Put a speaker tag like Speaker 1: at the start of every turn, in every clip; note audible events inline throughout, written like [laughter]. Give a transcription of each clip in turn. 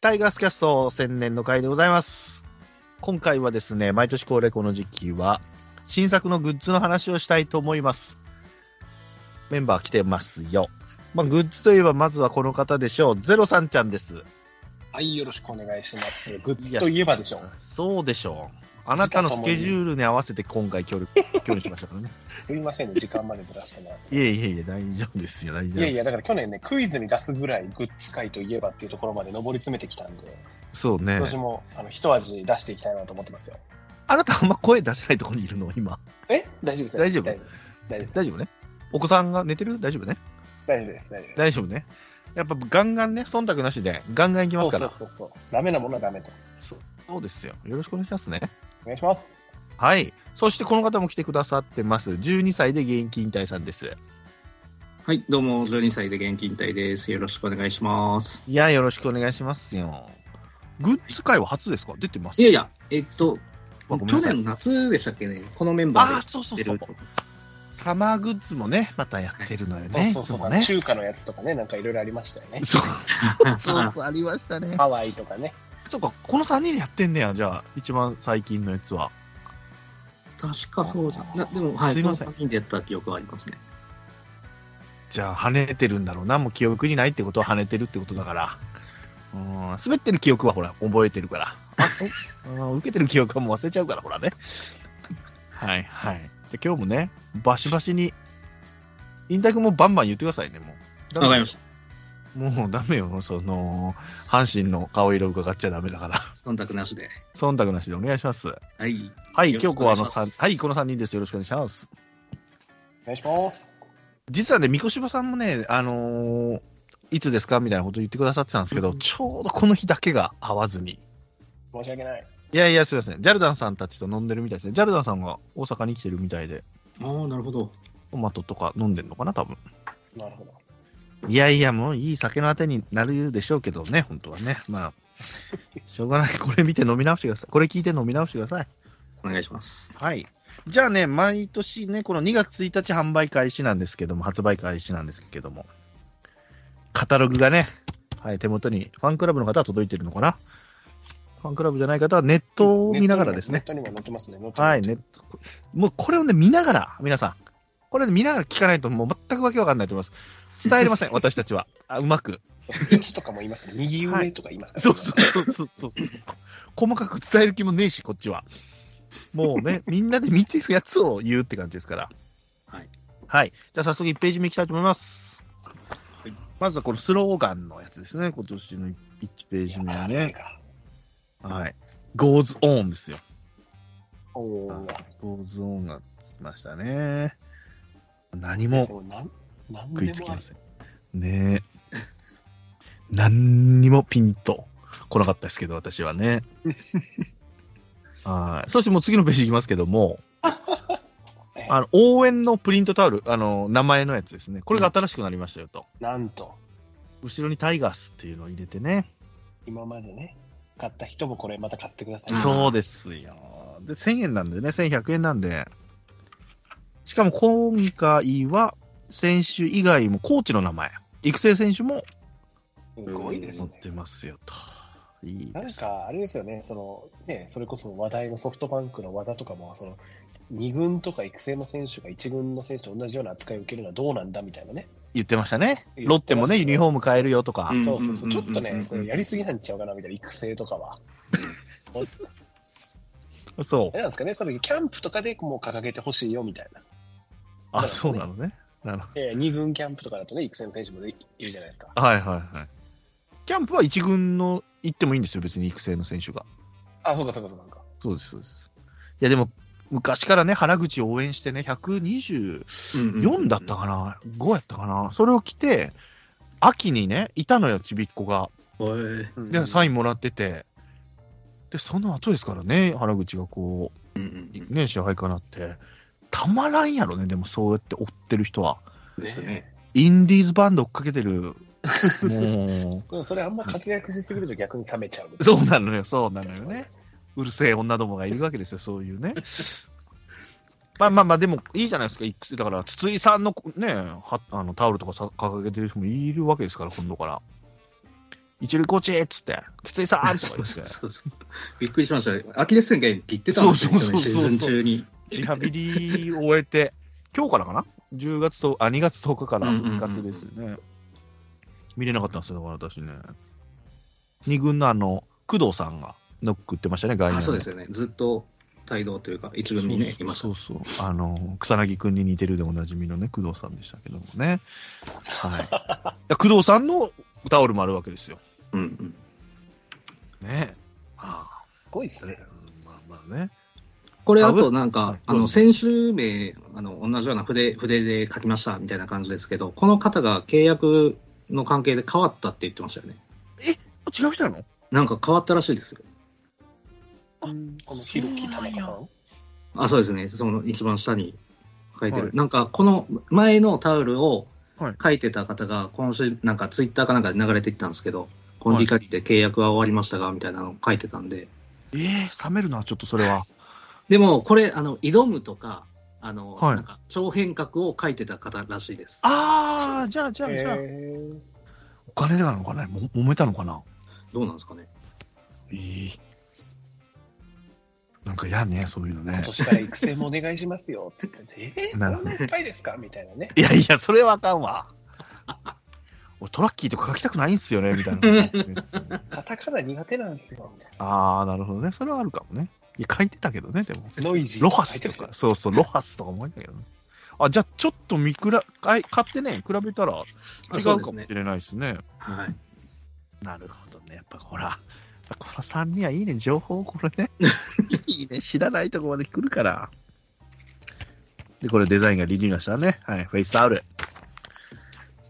Speaker 1: タイガースキャスト千年の会でございます。今回はですね、毎年恒例この時期は、新作のグッズの話をしたいと思います。メンバー来てますよ。まあ、グッズといえば、まずはこの方でしょう。ゼロさんちゃんです。
Speaker 2: はい、よろしくお願いします。グッズといえばでしょ
Speaker 1: いや。そうでしょう。あなたのスケジュールに合わせて今回協力、協力しましたからね。
Speaker 2: すいませんね、時間までずらしてもらって。
Speaker 1: いえいえいえ、大丈夫ですよ、大丈
Speaker 2: い
Speaker 1: 夫。
Speaker 2: やいや、だから去年ね、クイズに出すぐらいグッズ界といえばっていうところまで上り詰めてきたんで、
Speaker 1: そうね
Speaker 2: 今。年もあの一味出していきたいなと思ってますよ。
Speaker 1: あなたあんま声出せないところにいるの、今。
Speaker 2: え大丈夫です
Speaker 1: 大丈夫
Speaker 2: 大丈夫です。
Speaker 1: 大丈夫ねお子さんが寝てる大丈夫ね
Speaker 2: 大丈夫です。大丈夫です。
Speaker 1: 大丈夫ね。やっぱガンガンね、忖度なしで、ガンガンいきますから。
Speaker 2: そうそうそうそう。ダメなものはダメと。
Speaker 1: そうそうですよ。よろしくお願いしますね。
Speaker 2: お願いします。
Speaker 1: はい。そしてこの方も来てくださってます。12歳で現役引退さんです。
Speaker 3: はい、どうも、12歳で現金隊です。よろしくお願いします。
Speaker 1: いや、よろしくお願いしますよ。グッズ界は初ですか出てます
Speaker 3: いやいや、えっと、
Speaker 1: あごめん
Speaker 3: 去
Speaker 1: なさい
Speaker 3: 年の夏でしたっけね、このメンバ
Speaker 1: あ
Speaker 3: ー
Speaker 1: あ、そうそう
Speaker 3: で出
Speaker 1: そう
Speaker 3: る。。
Speaker 1: サマーグッズもね、またやってるのよね。
Speaker 2: そうそう
Speaker 1: いつ
Speaker 2: そ
Speaker 1: も
Speaker 2: う。
Speaker 1: ね。
Speaker 2: 中華のやつとかね、なんかいろいろありましたよね。
Speaker 1: そうそうそう、ありましたね。
Speaker 2: ハワイとかね。
Speaker 1: そうか、この3人でやってんねや、じゃあ、一番最近のやつは。
Speaker 3: [laughs] 確かそうだ。なでも、はい、
Speaker 1: すいません
Speaker 3: この3人でやった記憶はありますね。
Speaker 1: じゃあ、跳ねてるんだろうな。もう記憶にないってことは跳ねてるってことだから。うん、滑ってる記憶はほら、覚えてる [laughs] から。あおうん受けてる記憶はもう忘れちゃうから、ほらね。はい、はい。じゃあ今日もね、バシバシに、インタクもバンバン言ってくださいね、もう。
Speaker 3: わかりまし
Speaker 1: もうダメよ、その、阪神の顔色伺っちゃダメだから。
Speaker 3: た。忖度なしで。
Speaker 1: 忖度なしでお願いします。
Speaker 3: はい。
Speaker 1: はい、今日
Speaker 3: よろしく
Speaker 1: こうあ
Speaker 3: お
Speaker 1: の
Speaker 3: 願いします
Speaker 1: 3、はい、この3人です。よろしくお願いします。
Speaker 2: お願いします。
Speaker 1: 実はね、三越柴さんもね、あのーいつですかみたいなこと言ってくださってたんですけど、
Speaker 3: うん
Speaker 1: ちょうどこの日だけが合わずに。
Speaker 2: 申し訳ない。
Speaker 1: いやいや、すいません。ジャルダンさんたちと飲んでるみたいですね。ジャルダンさんが大阪に来てるみたいで、
Speaker 3: ああ、なるほど。
Speaker 1: トマトとか飲んでんのかな、多分。
Speaker 2: なるほど。
Speaker 1: いやいや、もういい酒のあてになるでしょうけどね、本当はね。まあ、しょうがない。これ見て飲み直してください。これ聞いて飲み直してください。
Speaker 3: お願いします。
Speaker 1: はい。じゃあね、毎年ね、この2月1日販売開始なんですけども、発売開始なんですけども、カタログがね、はい、手元に、ファンクラブの方は届いてるのかなファンクラブじゃない方はネットを見ながらですね。
Speaker 2: ネットにも載ってますね。載ってます
Speaker 1: はい、ネット。もうこれをね、見ながら、皆さん、これ見ながら聞かないともう全くわけわかんないと思います。伝えれません、私たちは。あ、うまく。
Speaker 2: 位置とかも言いますけど、右上とか言いますから、
Speaker 1: そうそうそうそうそう。細かく伝える気もねえし、こっちは。もう [laughs] ね、みんなで見てるやつを言うって感じですから。
Speaker 3: はい。
Speaker 1: はい。じゃあ早速1ページ目いきたいと思います。
Speaker 3: はい
Speaker 1: まずはこのスローガンのやつですね。今年の1ページ目はね。はい。goes on ですよ。
Speaker 2: おお。
Speaker 1: goes on が来ましたね。何も
Speaker 2: なん、なん
Speaker 1: 食い
Speaker 2: で
Speaker 1: つき
Speaker 2: も
Speaker 1: ま
Speaker 2: ある。
Speaker 1: せん。ねえ。何にもピンと来なかったですけど、私はね。はい。そしてもう次のページいきますけども、あの、応援のプリントタオル、あの、名前のやつですね。これが新しくなりましたよと。
Speaker 2: なんと、
Speaker 1: 後ろにタイガースっていうのを入れてね。
Speaker 2: 今までね、買った人もこれまた買ってください。
Speaker 1: そうですよ。で、1000円なんでね、1100円なんで。しかも今回は、選手以外もコーチの名前、育成選手も
Speaker 2: すごいです
Speaker 1: 載っ
Speaker 2: ね。
Speaker 1: てますよと。いい
Speaker 2: な
Speaker 1: で
Speaker 2: ん
Speaker 1: す。
Speaker 2: か、あれですよね、その、ね、それこそ話題のソフトバンクの和田とかも、その、二軍とか育成の選手が一軍の選手と同じような扱いを受けるのはどうなんだみたいなね。
Speaker 1: 言ってましたね。
Speaker 2: 言ってましたね
Speaker 1: ロッテもね、ユニフォーム変えるよとか。
Speaker 3: うん
Speaker 2: そうそうそう。ちょっと
Speaker 3: うんうんうんう
Speaker 2: ね
Speaker 3: ん、
Speaker 2: これやりすぎなんちゃうかなみたいな、育成とかは。
Speaker 1: そ
Speaker 2: あ
Speaker 1: う。
Speaker 2: れなんですかね、そのキャンプとかでもう掲げてほしいよみたいな。
Speaker 1: あ、
Speaker 2: だからね
Speaker 1: そうなのね。なるほ
Speaker 2: えー、二軍キャンプとかだとね、育成の選手もいるじゃないですか。
Speaker 1: ど。はいはいはい。キャンプは一軍の行ってもいいんですよ、別に育成の選手が。
Speaker 2: あ、そうかそうかそうか。
Speaker 1: そうです、そうです。いや、でも、昔からね、原口応援してね、120、4
Speaker 3: 4
Speaker 1: だったかな、5やったかな、それを着て、秋にね、いたのよ、ちびっこが。
Speaker 3: お
Speaker 2: な
Speaker 3: い。
Speaker 2: んか。
Speaker 1: で、サイ
Speaker 2: ン。
Speaker 1: ンもらってて、で、その後ですからね、原口がこ
Speaker 3: うんうん
Speaker 1: う、ね、支配下になって、たまらんやろね、でもそうやって追ってる人は。
Speaker 3: うん。ですね。
Speaker 1: インディーズバンド追っかけて
Speaker 3: [laughs]
Speaker 1: る、も
Speaker 2: うんそれあんま活躍しすぎると逆に冷めちゃうみ
Speaker 1: う、
Speaker 2: たい
Speaker 1: そうなのよ、そうなのよね。。うるせえ女どもがいるわけですよ、そういうね。まあまあまあ、でもいいじゃないですか、育成だから、筒井さんのね、はあのタオルとかさ掲げてる人もいるわけですから、今度から。一塁コーチっつって、筒井さんとか
Speaker 3: そう
Speaker 1: 言
Speaker 3: [laughs] そう
Speaker 1: っ
Speaker 3: そうそう。びっくりしましたね。アキレス腱が切ってたんですよ、
Speaker 1: そうそうそうそう
Speaker 3: シーズン中に。
Speaker 1: て、リハビリを終えて、今日からかな ?10 月と、あ、2月10日から復活ですよね。見れなかったんですよ、だから私ね。二軍のあの、工藤さんがノック打ってましたね、外野
Speaker 3: あそうですよね。ずっと帯同というか、一軍にね、いました。
Speaker 1: そうそうそうあの草薙君に似てるでおなじみのね工藤さんでしたけどもねはいいや工藤さんのタオルもあるわけですよ
Speaker 3: うんうん。
Speaker 1: ねあ
Speaker 2: すごいですね。
Speaker 1: まあまあね
Speaker 3: これ、
Speaker 1: か
Speaker 3: あ
Speaker 1: ぶ
Speaker 3: となん
Speaker 1: は
Speaker 3: か
Speaker 1: い、
Speaker 3: あの、選手名、あの、同じような筆、筆で書きましたみたいな感じですけど、この方が契約の関係で変わったって言ってましたよね。
Speaker 1: 違う人なの
Speaker 3: なんか変わったらしいですよ。
Speaker 2: このひろき田中さ
Speaker 1: そ
Speaker 2: ん。
Speaker 3: あ、そうですね。その一番下に書いてる。
Speaker 1: はい
Speaker 3: なんか、この前のタオルを
Speaker 1: はい
Speaker 3: 書いてた方が、今週、なんかツイッターかなんかで流れてきたんですけど、今期限で契約は終わりましたが、みたいなのを書いてたんで。
Speaker 1: ええ冷めるなちょっとそれは
Speaker 3: でも、これ、あの、挑むとか、あの、
Speaker 1: はい
Speaker 3: なんか、長編角を書いてた方らしいです。
Speaker 1: ああじゃあじゃあじゃあ、
Speaker 2: えー
Speaker 1: お金でなのかなも揉めたのかな
Speaker 3: どうなんですかね。
Speaker 1: ええなんか嫌ねそういうの
Speaker 2: 今
Speaker 1: ね
Speaker 2: 年から育成もお願いしま
Speaker 1: [laughs]
Speaker 2: すよって言ってて、えー、
Speaker 1: な
Speaker 2: そ
Speaker 1: るほ
Speaker 2: ん
Speaker 1: ど
Speaker 2: ないっぱいですかみたいなね。
Speaker 1: いやいやそれはあかんわ俺トラッキーとか書きたくないんすよねみたいなこと言ってますよ
Speaker 2: [laughs]
Speaker 1: ね
Speaker 2: カタカナ苦手なんですよ、みたい
Speaker 1: ああ、なるほどね。それはあるかもね。いや、書いてたけどね、でも。
Speaker 2: な。ノイジー。
Speaker 1: ロハスとか。。そうそう、ロハスとか思えたけどね。あ、じゃあ、ちょっと見くら、かい買ってね、比べたら違うか
Speaker 3: そう
Speaker 1: も
Speaker 3: です
Speaker 1: し
Speaker 3: ね
Speaker 1: れないですね。
Speaker 3: はい。
Speaker 1: なるほどね。やっぱほら、この3人はいいね、情報、これね。 [laughs] いいね、知らないとこまで来るから。で、これデザインがリニューアルしたね。はい、フェイスタオル。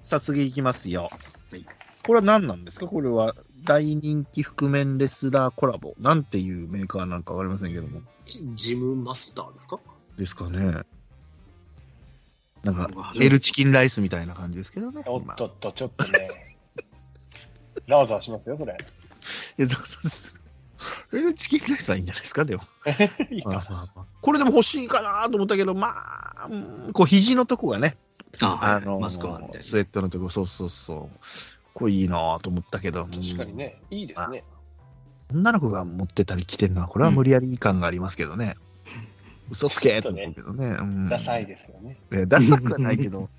Speaker 1: さあ、次いきますよ。
Speaker 3: はい
Speaker 1: これは何なんですかこれは大人気覆面レスラーコラボ。なんていうメーカーなんかわかりませんけども。
Speaker 3: ジムマスターですか
Speaker 1: ですかね。なんか、
Speaker 3: 初め
Speaker 1: エ
Speaker 3: て
Speaker 1: ルチキンライスみたいな感じですけどね。
Speaker 2: おっ
Speaker 1: 今
Speaker 2: とっと、ちょっとね。ラーザーしますよ、それ。 [laughs]
Speaker 1: いやそうそうそうエルチキンライスはいいんじゃないですか、でも。
Speaker 2: いい
Speaker 1: まあ
Speaker 2: か
Speaker 1: まあまあこれでも欲しいかなと思ったけど、まあ、うんこう肘のとこがね、
Speaker 3: あ、はい
Speaker 1: あの
Speaker 3: マスクマンみたい
Speaker 1: スウェットのとこ、そうそうそう。これいいなと思ったけど、
Speaker 2: 確かにね、いいですね。
Speaker 1: うん。女の子が持ってたり着てるのは、これは無理やり感がありますけどね。嘘つけと思うけどね。うん
Speaker 2: ダサいですよね。
Speaker 1: いやダサくはないけど、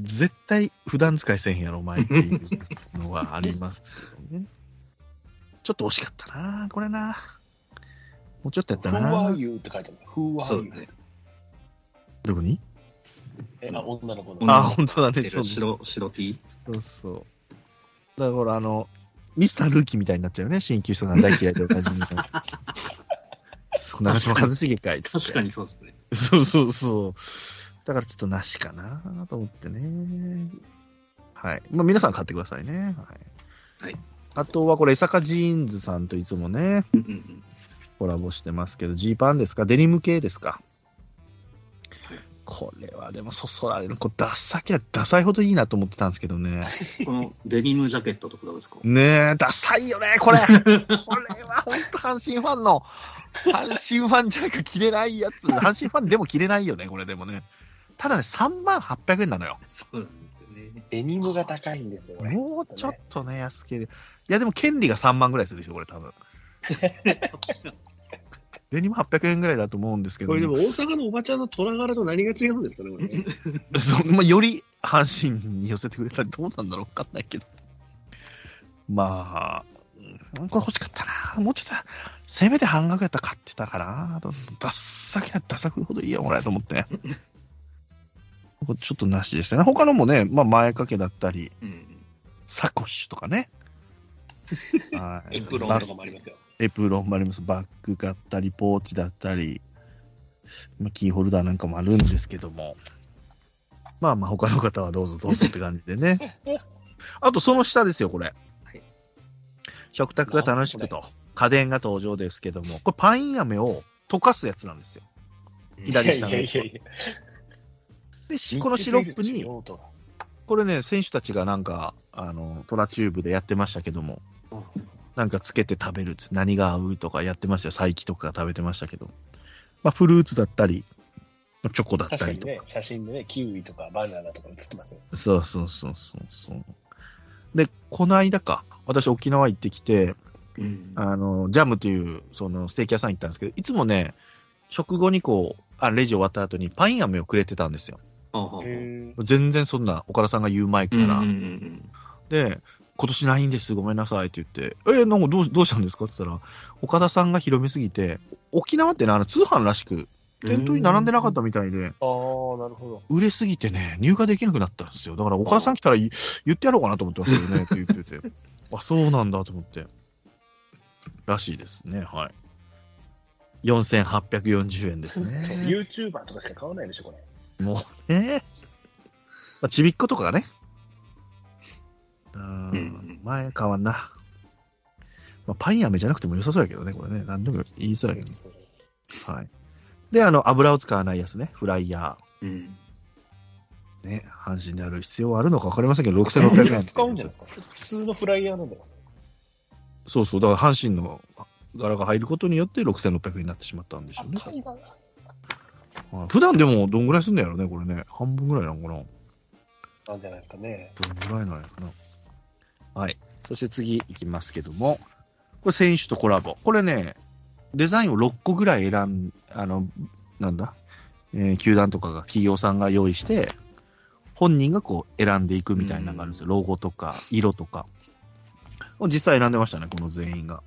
Speaker 1: 絶対普段使いせんやろ、お前っていうのはありますけどね。ちょっと惜しかったなこれなもうちょっとやっ
Speaker 2: Who
Speaker 1: たな
Speaker 2: are you? って書いてます。Who
Speaker 3: な。そ
Speaker 2: are
Speaker 3: う
Speaker 2: you?
Speaker 3: ね。
Speaker 1: どこに
Speaker 2: え、あ、女の子の。
Speaker 1: あ、本当だね。そう
Speaker 3: 白、白 T。
Speaker 1: そうそう。だからほら、あの、ミスタールーキーみたいになっちゃうよね。新旧人が大嫌いでおなじみの。 [laughs] そう長嶋一茂かいっつって
Speaker 3: 確かにそうですね。
Speaker 1: [laughs] そうそうそう。だからちょっとなしかなと思ってね。はい。まあ皆さん買ってくださいね。はい。
Speaker 3: はい
Speaker 1: あとはこれ、江坂ジーンズさんといつもね、
Speaker 3: うんうんうん。
Speaker 1: コラボしてますけど、ジーパンですかデニム系ですか
Speaker 3: はい
Speaker 1: これはでもそそられる。こうダッサきゃダサいほどいいなと思ってたんですけどね。
Speaker 3: このデニムジャケットとかどうですか
Speaker 1: ねえ、ダサいよね、これ。これは本当阪神ファンの、阪神ファンじゃなく着れないやつ。阪神ファンでも着れないよね、これでもね。ただね、3万800円なのよ。
Speaker 3: そうなんですよね。
Speaker 2: デニムが高いんですよ、これ。
Speaker 1: もうちょっとね、安ければ。いや、でも権利が3万ぐらいするでしょ、これ多分。デニム800円ぐらいだと思うんですけど、
Speaker 4: これでも大阪のおばちゃんの虎柄と何が違うんですかね、これ
Speaker 2: [laughs]
Speaker 4: ね。
Speaker 1: [laughs] そまあ、より阪神に寄せてくれたらどうなんだろうわかんないけど。まあ、うんこれ欲しかったな。もうちょっと、せめて半額やったら買ってたかな。ダッサきゃダサくほどいいや、これ、と思って。 [laughs] これちょっとなしでしたね。他のもね、まあ、前掛けだったり、
Speaker 3: うんうん。
Speaker 1: サコッシュとか
Speaker 4: [laughs]
Speaker 1: ね。はい
Speaker 4: エプロンとかもありますよ。
Speaker 1: エプロンもあります。バッグだったり、ポーチだったり、まあキーホルダーなんかもあるんですけども。まあまあ、他の方はどうぞどうぞって感じで
Speaker 2: [laughs]
Speaker 1: ね。あと、その下ですよ、これ。
Speaker 3: はい
Speaker 1: 食卓が楽しくと。家電が登場ですけども、これパイン飴を溶かすやつなんですよ。
Speaker 2: いや
Speaker 1: [laughs] 左
Speaker 2: い
Speaker 1: 下
Speaker 2: や
Speaker 1: の
Speaker 2: いやい
Speaker 1: で、し
Speaker 2: や。
Speaker 1: このシロップに、
Speaker 2: 用途が
Speaker 1: これね、選手たちがなんか、あの、トラチューブでやってましたけども、なんかつけて食べるって、何が合うとかやってましたよ。サイキとか食べてましたけど。まあ、フルーツだったり、チョコだった
Speaker 2: 確か
Speaker 1: り
Speaker 2: に
Speaker 1: と
Speaker 2: ね、写真でね、キウイとかバナナとか写ってますよ。
Speaker 1: そうそうそうそうそう。で、この間か、私、沖縄行ってきて、
Speaker 3: うん
Speaker 1: あの、ジャムという、その、ステーキ屋さん行ったんですけど、いつもね、食後にこう、あ、レジ終わった後にパイン飴をくれてたんですよ。
Speaker 3: あはあ
Speaker 2: へ
Speaker 1: 全然そんな、岡田さんが言う前か
Speaker 3: うんうんう
Speaker 1: ら。
Speaker 3: ん
Speaker 1: で、今年ないんです、ごめんなさいって言って、えなんかどうどうしたんですかって言ったら、岡田さんが広めすぎて、沖縄ってね、あの通販らしく、
Speaker 3: うん
Speaker 1: 店頭に並んでなかったみたいで、
Speaker 2: ああ、なるほど。
Speaker 1: 売れすぎてね、入荷できなくなったんですよ。だから、岡田さん来たらい言ってやろうかなと思ってましたよね、って言って [laughs] て。あ、そうなんだと思って。らしいですね、はい。4840円です [laughs] ね。
Speaker 2: YouTuber とかしか買わないでしょ、これ。
Speaker 1: もうね。まあ、ちびっことかがね。う
Speaker 3: うんん。
Speaker 1: 前変わんな。まあ、パイン飴じゃなくても良さそうやけどね、これね。何でも言いそうやけど。はい。で、あの、油を使わないやつね。フライヤ
Speaker 3: うん
Speaker 1: ー。ね。阪神である必要はあるのか分かりませんけど、6600円。
Speaker 2: 使うんじゃないですか。普通のフライヤーなんだよ。
Speaker 1: そうそう。だから阪神の柄が入ることによって6600円になってしまったんでしょうね。はい普段でもどんぐらいすんのやろね、これね。半分ぐらいなのかな。
Speaker 2: なんじゃないですかね。
Speaker 1: どのぐらいなんやろな。はい。そして次いきますけども、これ選手とコラボ。これね、デザインを6個ぐらい選ん、あの、なんだ、えー球団とかが、企業さんが用意して、本人がこう選んでいくみたいなのがあるんですよ。ロゴとか、色とか。実際選んでましたね、この全員が。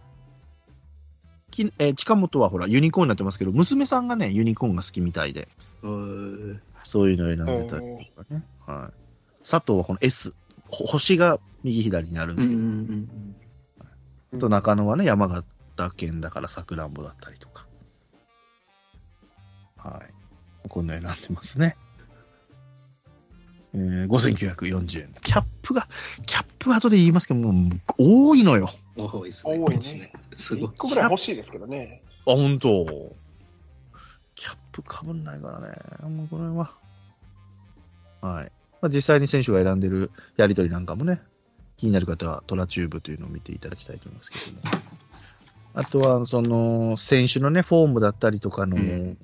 Speaker 1: きえー近本はほら、ユニコーンになってますけど、娘さんがね、ユニコーンが好きみたいで、
Speaker 3: うん
Speaker 1: そういうのを選んでたりとかね。はい。佐藤はこの S、ほ星が右左にあるんで
Speaker 3: うんう
Speaker 1: すけど、あ
Speaker 3: ん
Speaker 1: と中野はね、山形県だからさくらんぼだったりとか。はい。こんな選んでますね。えー、5940円。キャップが、キャップは後で言いますけど、もう多いのよ。
Speaker 3: うん多いですね
Speaker 2: 多いね
Speaker 3: すごい
Speaker 2: 1個ぐらい欲しいですけどね。
Speaker 1: あ、本当。キャップかぶんないからね。もうこの辺は。はい。まあ、実際に選手が選んでるやりとりなんかもね、気になる方はトラチューブというのを見ていただきたいと思いますけども。あとは、その、選手のね、フォームだったりとかの、
Speaker 3: うん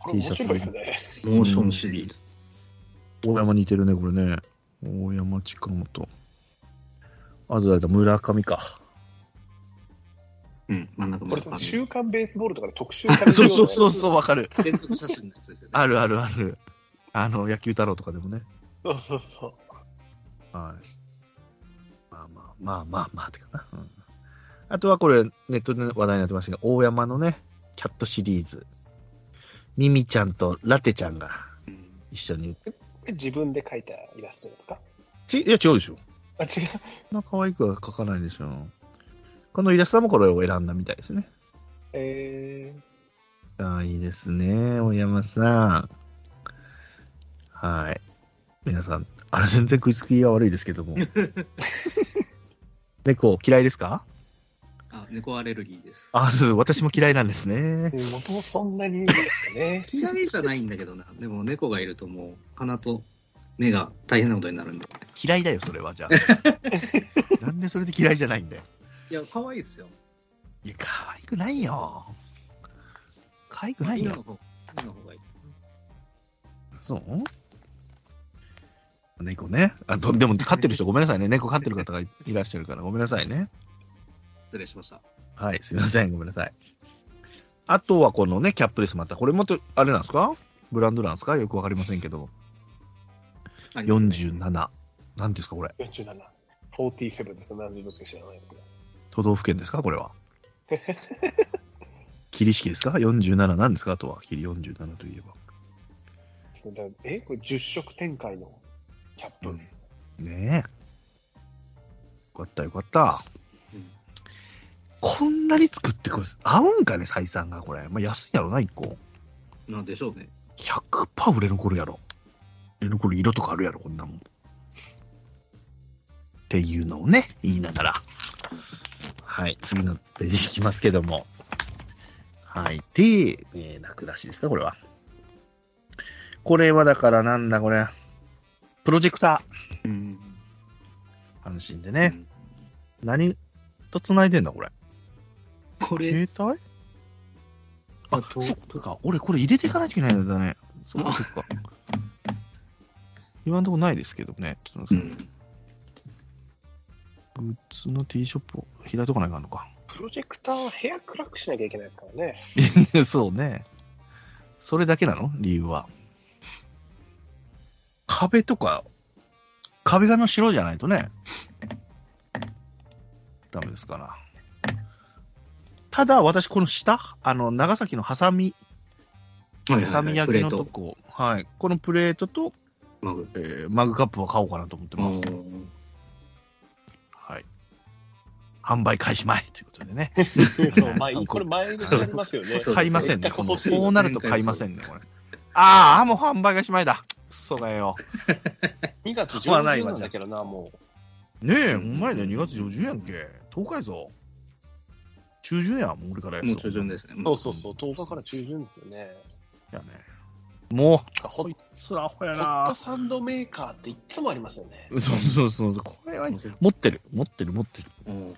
Speaker 2: これ面白いですね。
Speaker 3: モーションシリーズ
Speaker 1: 大山似てるね、これね。大山近本。あと誰だ、村上か。
Speaker 3: うん真ん中
Speaker 2: こ
Speaker 3: 真ん中
Speaker 2: れ、週刊ベースボールとかで特集され
Speaker 1: [laughs]
Speaker 2: て
Speaker 1: そ
Speaker 2: る
Speaker 1: う
Speaker 2: ような
Speaker 1: そうそうそう、わかる。
Speaker 3: 連続写真のやつですよね
Speaker 1: あるあるある。あの、野球太郎とかでもね。
Speaker 2: そうそうそう。
Speaker 1: はい。まあまあまあまあまあってかな。うん、あとはこれ、ネットで話題になってましたが、大山のね、キャットシリーズ。ミミちゃんとラテちゃんが
Speaker 3: うん
Speaker 1: 一緒に。
Speaker 2: これ自分で描いたイラストですか
Speaker 1: ちいや、違うでしょ。
Speaker 2: あ、違う。
Speaker 1: そんな可愛くは描かないでしょ。このイラストもこれを選んだみたいですね。
Speaker 2: え
Speaker 1: ああ、いいですね、大山さん。はい。皆さん、あれ全然食いつきが悪いですけども。猫嫌いですか
Speaker 3: あ猫アレルギーです。
Speaker 1: あ、そう、私も嫌いなんですね。
Speaker 2: ー、もともとそんなにいいですかね
Speaker 3: 嫌いじゃないんだけどな [laughs] でも猫がいるともう鼻と目が大変なことになるんで
Speaker 1: 嫌いだよ、それは、じ [laughs] ゃあ。なんでそれで嫌いじゃないんだよ。
Speaker 3: いや可愛いっすよ
Speaker 1: いや、可愛くないよ。可愛くない
Speaker 3: 今
Speaker 1: よ。
Speaker 3: の方今の方がいい
Speaker 1: そう猫ね。あ、とでも、飼ってる人ごめんなさい [laughs] ね。猫飼ってる方がいらっしゃるから、ごめんなさいね。
Speaker 3: 失礼しました
Speaker 1: はい、すいません、ごめんなさい。あとは、このね、キャップです、また。これもと、あれなんですかブランドなんですかよくわかりませんけど。
Speaker 3: ありますね
Speaker 1: 47。なんていうんですか、これ。
Speaker 2: 47。47ですか何時どっちか知らないですけど。
Speaker 1: 都道府県ですかこれ [laughs] は。霧式ですか ?47 なんですかあとは、霧47といえば。
Speaker 2: そうだえこれ10色展開のキャップ。
Speaker 3: うん
Speaker 1: ねえ。よかったよかった。
Speaker 3: うん
Speaker 1: こんなに作ってこれ、合うんかね、採算がこれ。まあ、安いやろな、1個。
Speaker 3: なんでしょうね
Speaker 1: 100%売れ残るやろ。売れ残る色とかあるやろ、こんなもん。っていうのをね、言いながら。はい、次のページいきますけども。はい、で、えー、泣くらしいですか、これは。これはだからなんだ、これ。プロジェクタ
Speaker 3: うん
Speaker 1: ー。阪神でね。何と繋いでんだ、これ。
Speaker 3: これ
Speaker 1: 携帯
Speaker 3: あ
Speaker 1: あ、
Speaker 3: と
Speaker 1: そっか。俺、これ入れていかないといけないんだね。そっか、そっか。 [laughs] 今んとこないですけどね。ちょっと
Speaker 3: う
Speaker 1: 待って
Speaker 3: ん
Speaker 1: 普通の T ショップを開いとかないかんのか。
Speaker 2: プロジェクター部屋暗くしなきゃいけないですからね。
Speaker 1: [laughs] そうね。それだけなの理由は。壁とか、壁紙を白じゃないとね、ダメですから。ただ、私、この下、あの、長崎のハサミ、
Speaker 3: はい
Speaker 1: ハサミ焼きのとこ、はい、このプレートと、
Speaker 3: マグ。
Speaker 1: えーマグカップを買おうかなと思ってます。はい。販売開始前ということで [laughs] ね。
Speaker 2: そう、まあ、これ前になりますよね。
Speaker 3: そう
Speaker 1: 買いませんね。
Speaker 2: こ
Speaker 1: こ
Speaker 2: の
Speaker 1: のこうなると買いませんね、これ。ああ、もう販売がしまいだ。クソがよ。
Speaker 2: 2月上旬なんだけどな、もう。
Speaker 1: ねえ、ほんまやね、2月上旬やんけ。10日やぞ。中旬や、もう俺からやつ。
Speaker 3: もう中旬ですね。
Speaker 2: そうそうそう、10日から中旬ですよね。
Speaker 1: やね。もう、
Speaker 2: ホッ
Speaker 1: スラホや
Speaker 2: ホット
Speaker 1: な。
Speaker 2: サンドメーカーっていつもありますよね。
Speaker 1: そうそうそうそう。これは、持ってる、持ってる、持ってる。
Speaker 3: うん。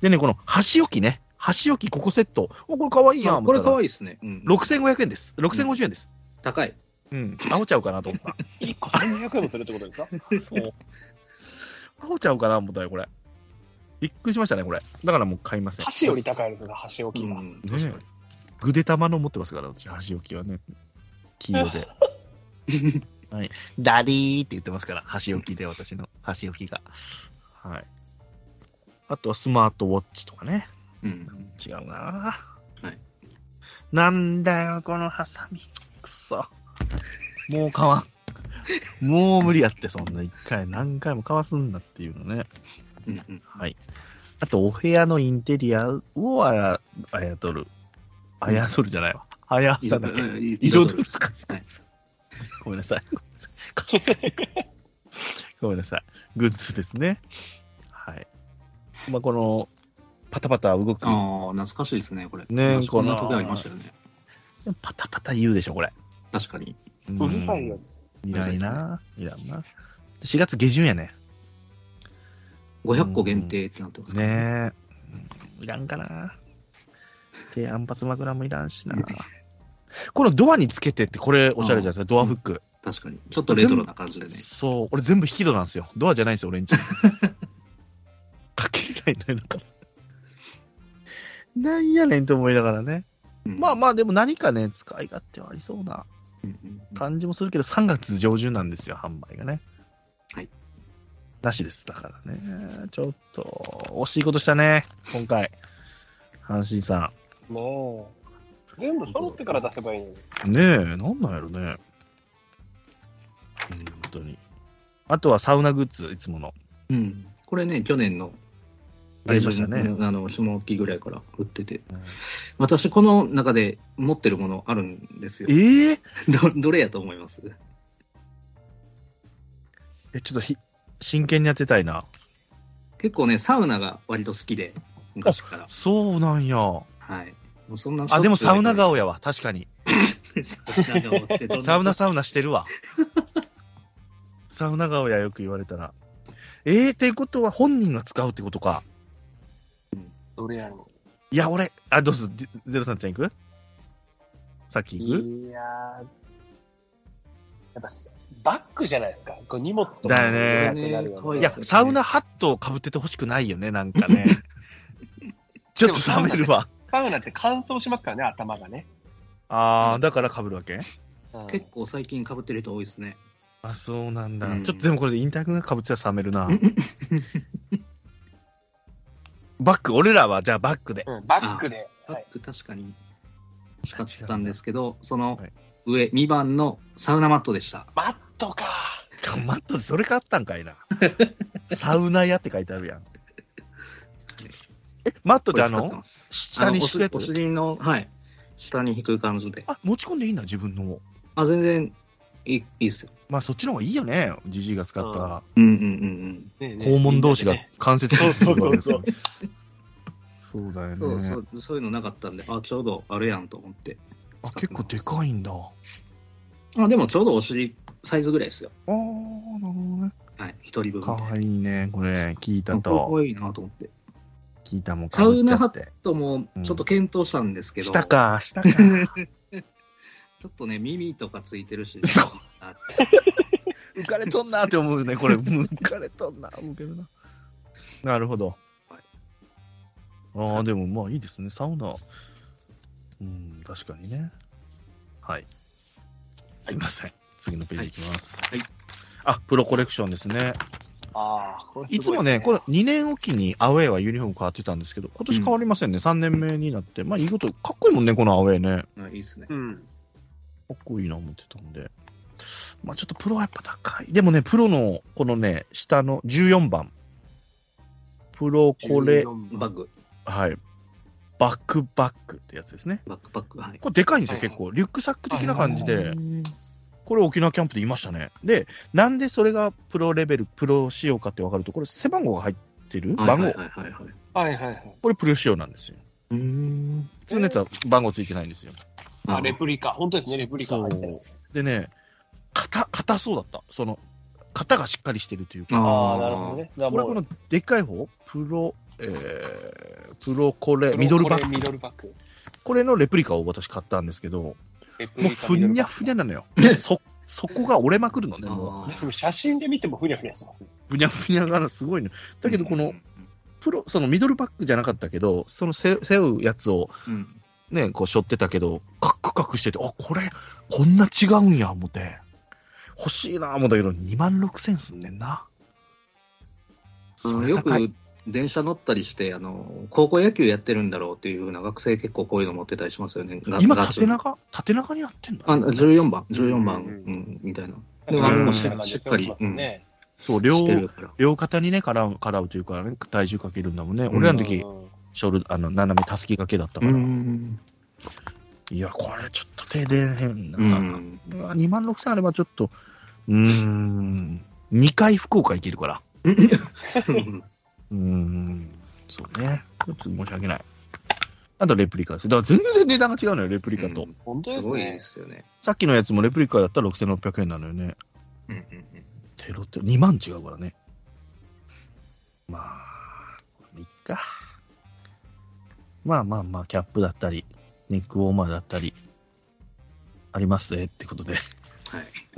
Speaker 1: でね、この箸置きね。箸置きここセット。お、これかわいいや
Speaker 3: あ
Speaker 1: ん。
Speaker 3: これ可
Speaker 1: い
Speaker 3: 愛いですね。うん。
Speaker 1: 6500円です。6050円です。
Speaker 3: 高い。
Speaker 1: うん。青ちゃうかなと思 [laughs] った。
Speaker 2: 1個1200円もするってことです
Speaker 1: [laughs]
Speaker 2: か
Speaker 1: そう。青ちゃうかな思ったよ、これ。びっくりしましたね、これ。だからもう買いません。
Speaker 2: 箸より高いですよ、箸置きが。
Speaker 1: ねえぐで玉の持ってますから、私、箸置きはね。黄色 [laughs] で。はい。ダリーって言ってますから、箸置きで、私の箸置きが。はい。あとはスマートウォッチとかね。
Speaker 3: うん。
Speaker 1: 違うなぁ
Speaker 3: はい。
Speaker 1: なんだよ、このハサミ。くそ。もう買わん。もう無理やって、そんな一回何回も買わすんだっていうのね。
Speaker 3: うんうん。
Speaker 1: はい。あと、お部屋のインテリアをあや、あやとる。あやとるじゃないわ。あや、なんだっけ。彩る。使
Speaker 3: は
Speaker 1: う
Speaker 3: い。
Speaker 1: ごめんなさい。ごめんなさい。ごめんなさい。グッズですね。はい。まあ、この、パタパタ動く。
Speaker 3: ああ、懐かしいですね、これ。
Speaker 1: ねえ
Speaker 3: こんな
Speaker 1: この
Speaker 3: 時ありましたよね。
Speaker 1: パタパタ言うでしょ、これ。
Speaker 3: 確かに。
Speaker 2: うるさいよ。
Speaker 1: いらんな。いらんな。4月下旬やね。
Speaker 3: 500個限定ってなってますから
Speaker 1: ねえ。いらんかな。で、アンパス枕もいらんしな。このドアにつけてって、これおしゃれじゃないですか、ドアフック。
Speaker 3: 確かに。ちょっとレトロな感じでね。
Speaker 1: そう、俺全部引き戸なんですよ。ドアじゃないんですよ、俺ん [laughs] ち。かけないのよだから。なんやねんと思いながらね。まあまあ、でも何かね、使い勝手はありそうな
Speaker 3: あ。
Speaker 1: 感じもするけど、3月上旬なんですよ、販売がね。
Speaker 3: はい。
Speaker 1: なしです。だからね。ちょっと、惜しいことしたね、今回。阪神さ
Speaker 2: ねえ。全部揃ってから出せばいいのに。
Speaker 1: ん。ねえ、なんなんやろね。本当に。あとはサウナグッズ、いつもの。
Speaker 3: うん。これね、去年の
Speaker 1: ありましたね。
Speaker 3: あの、下期ぐらいから売ってて。私、この中で持ってるものあるんですよ。
Speaker 1: ええ
Speaker 3: [laughs] ど、どれやと思います
Speaker 1: え、ちょっとひ、真剣にやってたいな。
Speaker 3: 結構ね、サウナが割と好きで、昔から。
Speaker 1: そうなんや。
Speaker 3: はい。もうそんな
Speaker 1: あ、でもサウナ
Speaker 3: が
Speaker 1: 顔やわ。確かに。サ
Speaker 3: サ
Speaker 1: ウ
Speaker 3: ウ
Speaker 1: ナ [laughs]
Speaker 3: ナ
Speaker 1: サウナして
Speaker 2: [laughs]
Speaker 1: るわ。サウナ顔やよく言われたら。えー、ってことは本人が使うってことか。
Speaker 2: どれやろ
Speaker 1: いや、俺、あ、どうするゼゼロさんちゃん行くさっき
Speaker 2: う。
Speaker 1: 行く
Speaker 2: いやー。やっぱ、バッグじゃないですか。こう荷物とか
Speaker 1: だよね
Speaker 2: 重くなるよ
Speaker 3: 可愛
Speaker 1: い
Speaker 3: い
Speaker 1: や
Speaker 3: そう、ですね
Speaker 1: サウナハットをかぶっててほしくないよね、なんか
Speaker 2: [laughs]
Speaker 1: ね。ちょっと冷めるわ。
Speaker 2: サウナって乾燥しますからね、頭がね。
Speaker 1: あー、だからかぶるわけ
Speaker 2: うん
Speaker 3: 結構最近被ってる人多いですね。
Speaker 1: あ、そうなんだ。
Speaker 3: うん
Speaker 1: ちょっとでもこれでインター君がかぶってたら冷める
Speaker 2: [laughs]
Speaker 1: な。バック、俺らはじゃあバックで。
Speaker 2: うんバッグで。
Speaker 3: バ
Speaker 2: は
Speaker 3: ッ
Speaker 2: い。
Speaker 3: グ確かに欲しかったんですけど、その
Speaker 1: はい
Speaker 3: 上、2番のサウナマットでした。
Speaker 2: マットか。
Speaker 1: [laughs] マットでそれ買ったんか
Speaker 3: [laughs]
Speaker 1: いな。サウナ屋って書いてあるやん。え、マットってあ
Speaker 3: これ使って
Speaker 1: の
Speaker 3: ます
Speaker 1: 下に敷くやつ
Speaker 3: あのお尻お尻の、はい。下に引く感じで。
Speaker 1: あ、持ち込んでいいんだ、自分のを。
Speaker 3: あ、全然いいいいっすよ。
Speaker 1: まあそっちの方がいいよね、じじいが使ったら。
Speaker 3: うんうんうん
Speaker 2: ねえねえ
Speaker 1: 肛門同士が
Speaker 2: みんなでね
Speaker 1: 関節
Speaker 2: そうそうそうそう
Speaker 1: わけですからそうだよ
Speaker 3: う
Speaker 1: ね。
Speaker 3: ん。そうそう、そういうのなかったんで、あ、ちょうどあるやんと思って。
Speaker 1: あ結構でかいんだ。あ
Speaker 3: あ、でもちょうどお尻サイズぐらいですよ。
Speaker 1: ー、なるほどね。
Speaker 3: はい。一人分。
Speaker 1: かわいいね、これ。聞いた
Speaker 3: あこれ可
Speaker 1: と。
Speaker 3: 愛いなと思って。
Speaker 1: 聞いたもん
Speaker 3: サウナ
Speaker 1: か
Speaker 3: ハ
Speaker 1: ぶっちゃっ
Speaker 3: ッ
Speaker 1: て
Speaker 3: トもちょっと検討したんですけど、
Speaker 1: 下か、下か。
Speaker 3: ちょっとね、耳とかついてるし、
Speaker 1: そう
Speaker 3: あ
Speaker 1: 浮かれとんなって思うね、これ。浮かれとんな、思うけどな。なるほど。
Speaker 3: はい
Speaker 1: ああ、でもまあいいですね。サウナ。うん、確かにね。はい。すいません。次のページいきます。
Speaker 3: はいはい
Speaker 1: あ、プロコレクションですね。
Speaker 2: ああ、これす
Speaker 1: い
Speaker 2: ご
Speaker 1: つもね、これ2年おきにアウェイはユニフォーム変わってたんですけど、今年変わりませんね。3年目になって。まあいいこと、かっこいいもんね、このアウェイね。
Speaker 3: うんいいですね。
Speaker 2: うん。
Speaker 1: かっこいいな思ってたんで。まあちょっとプロはやっぱ高い。でもね、プロのこのね、下の14番。プロコレ、
Speaker 2: 14
Speaker 3: バッグ、
Speaker 1: はい。バックバックってやつですね。
Speaker 3: バックパック、はい。
Speaker 1: これでかいんですよ、
Speaker 2: はい
Speaker 1: 結構。リュックサック的な感じ
Speaker 2: はい
Speaker 1: で。これ沖縄キャンプで言いましたね。で、なんでそれがプロレベル、プロ仕様かって分かると、これ背番号が入ってる番
Speaker 3: はい
Speaker 1: 号。
Speaker 3: はいはいはいはい。
Speaker 2: はいはいはい。
Speaker 1: これプロ仕様なんですよ。
Speaker 3: うん。
Speaker 1: 普通のやつは番号ついてないんですよ。
Speaker 2: あ、レプリカ。本当ですね、レプリカ
Speaker 1: そう
Speaker 2: 入ってます。
Speaker 1: でね、硬、硬そうだった。その、型がしっかりしてるというか。
Speaker 2: ああ、なるほどね。だ
Speaker 1: これこのでっかい方、プロ、えー、プロこれ、ミドルバッ
Speaker 2: こ
Speaker 1: ク。
Speaker 2: れミドルバック。
Speaker 1: これのレプリカを私買ったんですけど、も
Speaker 2: レプ
Speaker 1: う
Speaker 2: リカ
Speaker 1: ふにゃふにゃ
Speaker 2: ミ
Speaker 1: なのよ。
Speaker 3: [laughs]
Speaker 1: そ、そこが折れまくるのね、もう。
Speaker 2: ド
Speaker 3: あ
Speaker 2: ルバックでも写真で見てもふにゃふにゃしてますね。
Speaker 1: ふにゃふにゃがすごいの。だけど、この、プロ、そのミドルバックじゃなかったけど、その背背負うやつを
Speaker 3: うん、
Speaker 1: ね、こう背負ってたけど、カクカクしてて、あ、これ、こんな違うんや、思って。欲しいな、思ったけど、2万6000すんねんな。
Speaker 3: あ
Speaker 1: そ
Speaker 3: の
Speaker 1: れ
Speaker 3: よ
Speaker 1: 高い。
Speaker 3: く電車乗ったりしてあの、高校野球やってるんだろうっていうふうな学生、結構こういうの持ってたりしますよね、が
Speaker 1: 今、
Speaker 3: ガチ
Speaker 1: 縦長縦長になってんだ。
Speaker 3: あ14番、14番、
Speaker 2: う
Speaker 3: うんん
Speaker 2: うん
Speaker 3: みたいな。
Speaker 2: で
Speaker 3: で
Speaker 2: も、あ
Speaker 3: も
Speaker 2: の、
Speaker 1: もう
Speaker 2: し
Speaker 1: し
Speaker 2: っ
Speaker 3: しっかり
Speaker 2: ね。
Speaker 1: そう、
Speaker 3: し
Speaker 1: 両
Speaker 3: て、るから。
Speaker 1: 両肩にね、絡む、絡むというか、ね、体重かけるんだもんね。俺らの時、
Speaker 2: うん
Speaker 1: ショル、あの、斜めたすき掛けだったから。
Speaker 3: ん。
Speaker 1: いや、これちょっと手出へんな。
Speaker 3: うん。
Speaker 1: うわ2万6000あればちょっと、うーん、2回福岡行けるから。うーん、そうね。ちょっと申し訳ない。あとレプリカです。だから全然値段が違うのよ、レプリカと。
Speaker 3: うん
Speaker 2: 本当ですす
Speaker 3: ごいで
Speaker 2: ね。
Speaker 3: すよね。
Speaker 1: さっきのやつもレプリカだったら6600円なのよね。
Speaker 3: うんうんうん
Speaker 1: テロテロ、2万違うからね。まあ、いっか。まあまあまあ、キャップだったり、ネックウォーマーだったり、ありますねってことで。
Speaker 3: は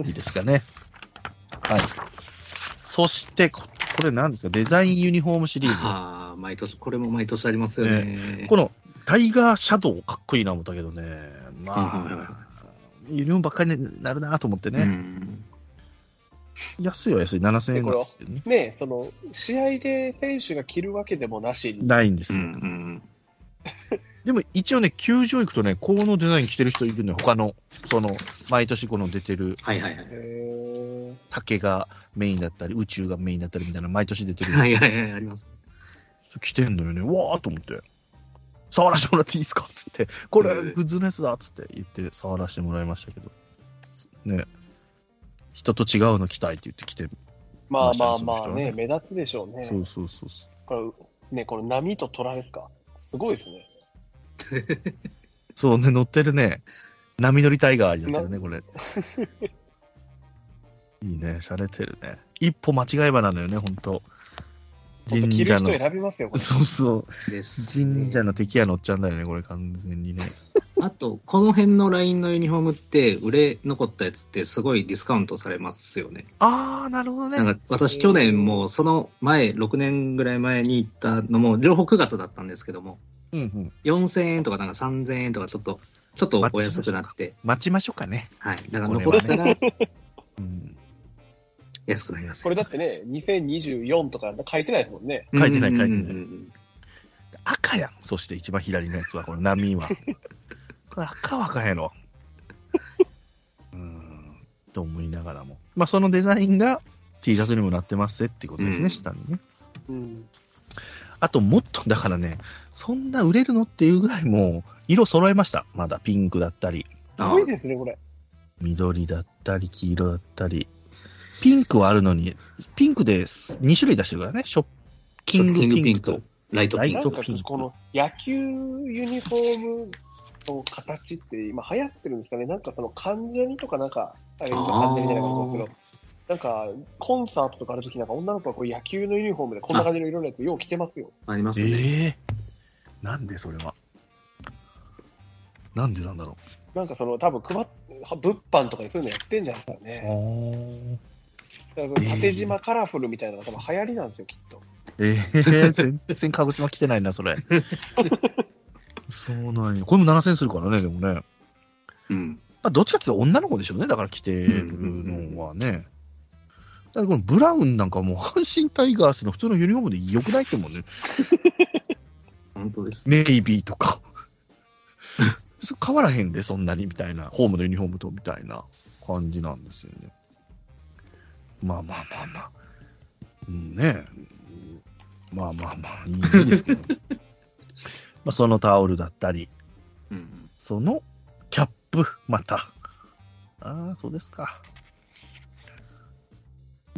Speaker 3: い。
Speaker 1: いいですかね。はい。そして、ここれ何ですかデザインユニフォームシリー
Speaker 3: ああ、毎年、これも毎年ありますよね
Speaker 1: ズ。。このタイガーシャドウかっこいいな思ったけどね。
Speaker 3: はいはいはい
Speaker 1: まあ、ユニフォームばっかりになるなと思って
Speaker 3: う
Speaker 1: ね。
Speaker 3: ん
Speaker 1: 安いは安い。7000円なんですけどね。
Speaker 2: ねその、試合で選手が着るわけでもなしに、
Speaker 1: ないんで
Speaker 3: う
Speaker 1: す
Speaker 3: んう
Speaker 1: よ。
Speaker 3: ん
Speaker 1: でも一応ね、球場行くとね、このデザイン着てる人いるのよ。他の、その、毎年この出てる
Speaker 3: はいはいはい。
Speaker 2: へー
Speaker 1: 竹がメインだったり、宇宙がメインだったりみたいな、毎年出てる。
Speaker 3: はいはいはい、あります。 [laughs]
Speaker 1: 来てんのよね、わーと思って、触らせてもらっていいですかっつって、これ、
Speaker 3: うん
Speaker 1: グッズのやつだっつって言って、触らせてもらいましたけど、ね、人と違うの着たいって言ってきて、
Speaker 2: まあまあ
Speaker 1: 確かに
Speaker 2: ま
Speaker 1: そ
Speaker 2: あ
Speaker 1: うでしょうね
Speaker 2: ね、目立つでしょうね。
Speaker 1: そうそうそうそ
Speaker 2: これ、ね、この波と虎ですか。すごいですね。
Speaker 1: う、そうね、乗ってるね、波乗りタイガーになってるね、これ。 [laughs] いいね、洒落てるね。一歩間違えばなのよね、ほんと。
Speaker 2: 本当
Speaker 1: 神
Speaker 2: 着る
Speaker 1: 社
Speaker 2: 人
Speaker 1: の。
Speaker 2: 選びますよ、これ。
Speaker 1: そうそう。
Speaker 3: です。
Speaker 1: 神社の敵やのおっちゃんだよね、これ、完全にね。
Speaker 3: あと、この辺のラインのユニフォームって、売れ残ったやつってすごいディスカウントされますよね。
Speaker 1: あー、なるほどね。
Speaker 3: なんか私、去年もその前、6年ぐらい前に行ったのも、両方9月だったんですけども、
Speaker 1: うんうん。
Speaker 3: 4000円とかなんか3000円とかちょっと、ちょっとお安くなって、
Speaker 1: 待ちましょうかね。
Speaker 3: はい。だから
Speaker 1: これ
Speaker 3: 残
Speaker 1: はね
Speaker 3: ったら
Speaker 1: うん。
Speaker 3: 安くなります
Speaker 2: こ。れだってね、2024とか書いてないですもんね。
Speaker 1: 書いてない
Speaker 3: うんうんうん
Speaker 1: 書いて赤やん。そして一番左のやつは、この波
Speaker 3: [laughs]
Speaker 1: は。これ赤は赤やろ。 [laughs] うーん。と思いながらも。まあ、そのデザインが T シャツにもなってますってことですね、
Speaker 3: うん
Speaker 1: 下にね。
Speaker 2: うん。
Speaker 1: あと、もっと、だからね、そんな売れるのっていうぐらいもう、色揃えました。まだピンクだったり、
Speaker 2: す
Speaker 3: あ
Speaker 2: ごいですね、これ。
Speaker 1: 緑だったり、黄色だったり。ピンクはあるのに、ピンクで2種類出してるからね、ショッキングピンクと。
Speaker 3: ライトピン
Speaker 1: ラ
Speaker 2: な
Speaker 1: イ
Speaker 3: ク
Speaker 1: ト
Speaker 2: ん
Speaker 1: ピ
Speaker 2: か
Speaker 1: ンク
Speaker 2: この野球ユニフォームの形って今流行ってるんですかね、なんかその関ジャニとかなんか、あれ
Speaker 3: あー
Speaker 2: 関ジャニじゃないかと思うんですけど、なんかコンサートとかあるときなんか女の子はこう野球のユニフォームでこんな感じの色のやつよう着てますよ。
Speaker 3: ありますね。
Speaker 1: ええなんでそれは。なんでなんだろ
Speaker 2: なんかその多分配っ、物販とかにそういうのやってんじゃないです
Speaker 1: う。
Speaker 2: かね。
Speaker 1: あ
Speaker 2: だから縦縞カラフルみたいなのが多分流行りなんですよ、きっと。
Speaker 1: ええ全然鹿児島来てないな、それ。そうなんや。これも7000するからね、でもね。
Speaker 3: うん。
Speaker 1: まあ、どっちかっていうと女の子でしょうね、だから着てるのはね。だからこのブラウンなんかもう阪神タイガースの普通のユニフォームでよくないってもんね。
Speaker 3: 本当です。
Speaker 1: ネイビーとか。 [laughs] そ変わらへんで、そんなにみたいな。ホームのユニフォームとみたいな感じなんですよね。まあまあまあまあ。うんねえ。まあまあまあ、いいんですけど。まあそのタオルだったり、
Speaker 3: うん。
Speaker 1: そのキャップ、また。ああ、そうですか。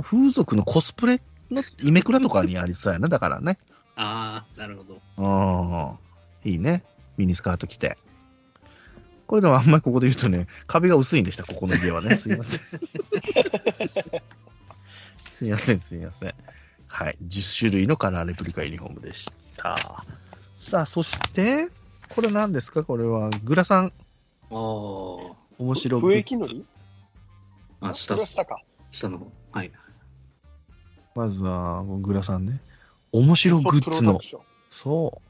Speaker 1: 風俗のコスプレのイメクラとかにありそうやな、だからね。
Speaker 3: ああ、なるほど。
Speaker 1: うん。いいね。ミニスカート着て。これでもあんまりここで言うとね、壁が薄いんでした、ここの家はね。すいません。すいません、すいません。はい。10種類のカラーレプリカユニフォームでした。さあ、そして、これ何ですかこれは、グラさん、
Speaker 3: あ
Speaker 1: 面白グッズ
Speaker 2: 植木のり
Speaker 3: あ。あ、
Speaker 2: そ
Speaker 3: 下
Speaker 2: れは、下か。
Speaker 3: 下の方。はい。 [laughs]
Speaker 1: まずは、グラさんね。面白グッズの、
Speaker 2: ソフトプロダクション
Speaker 1: そ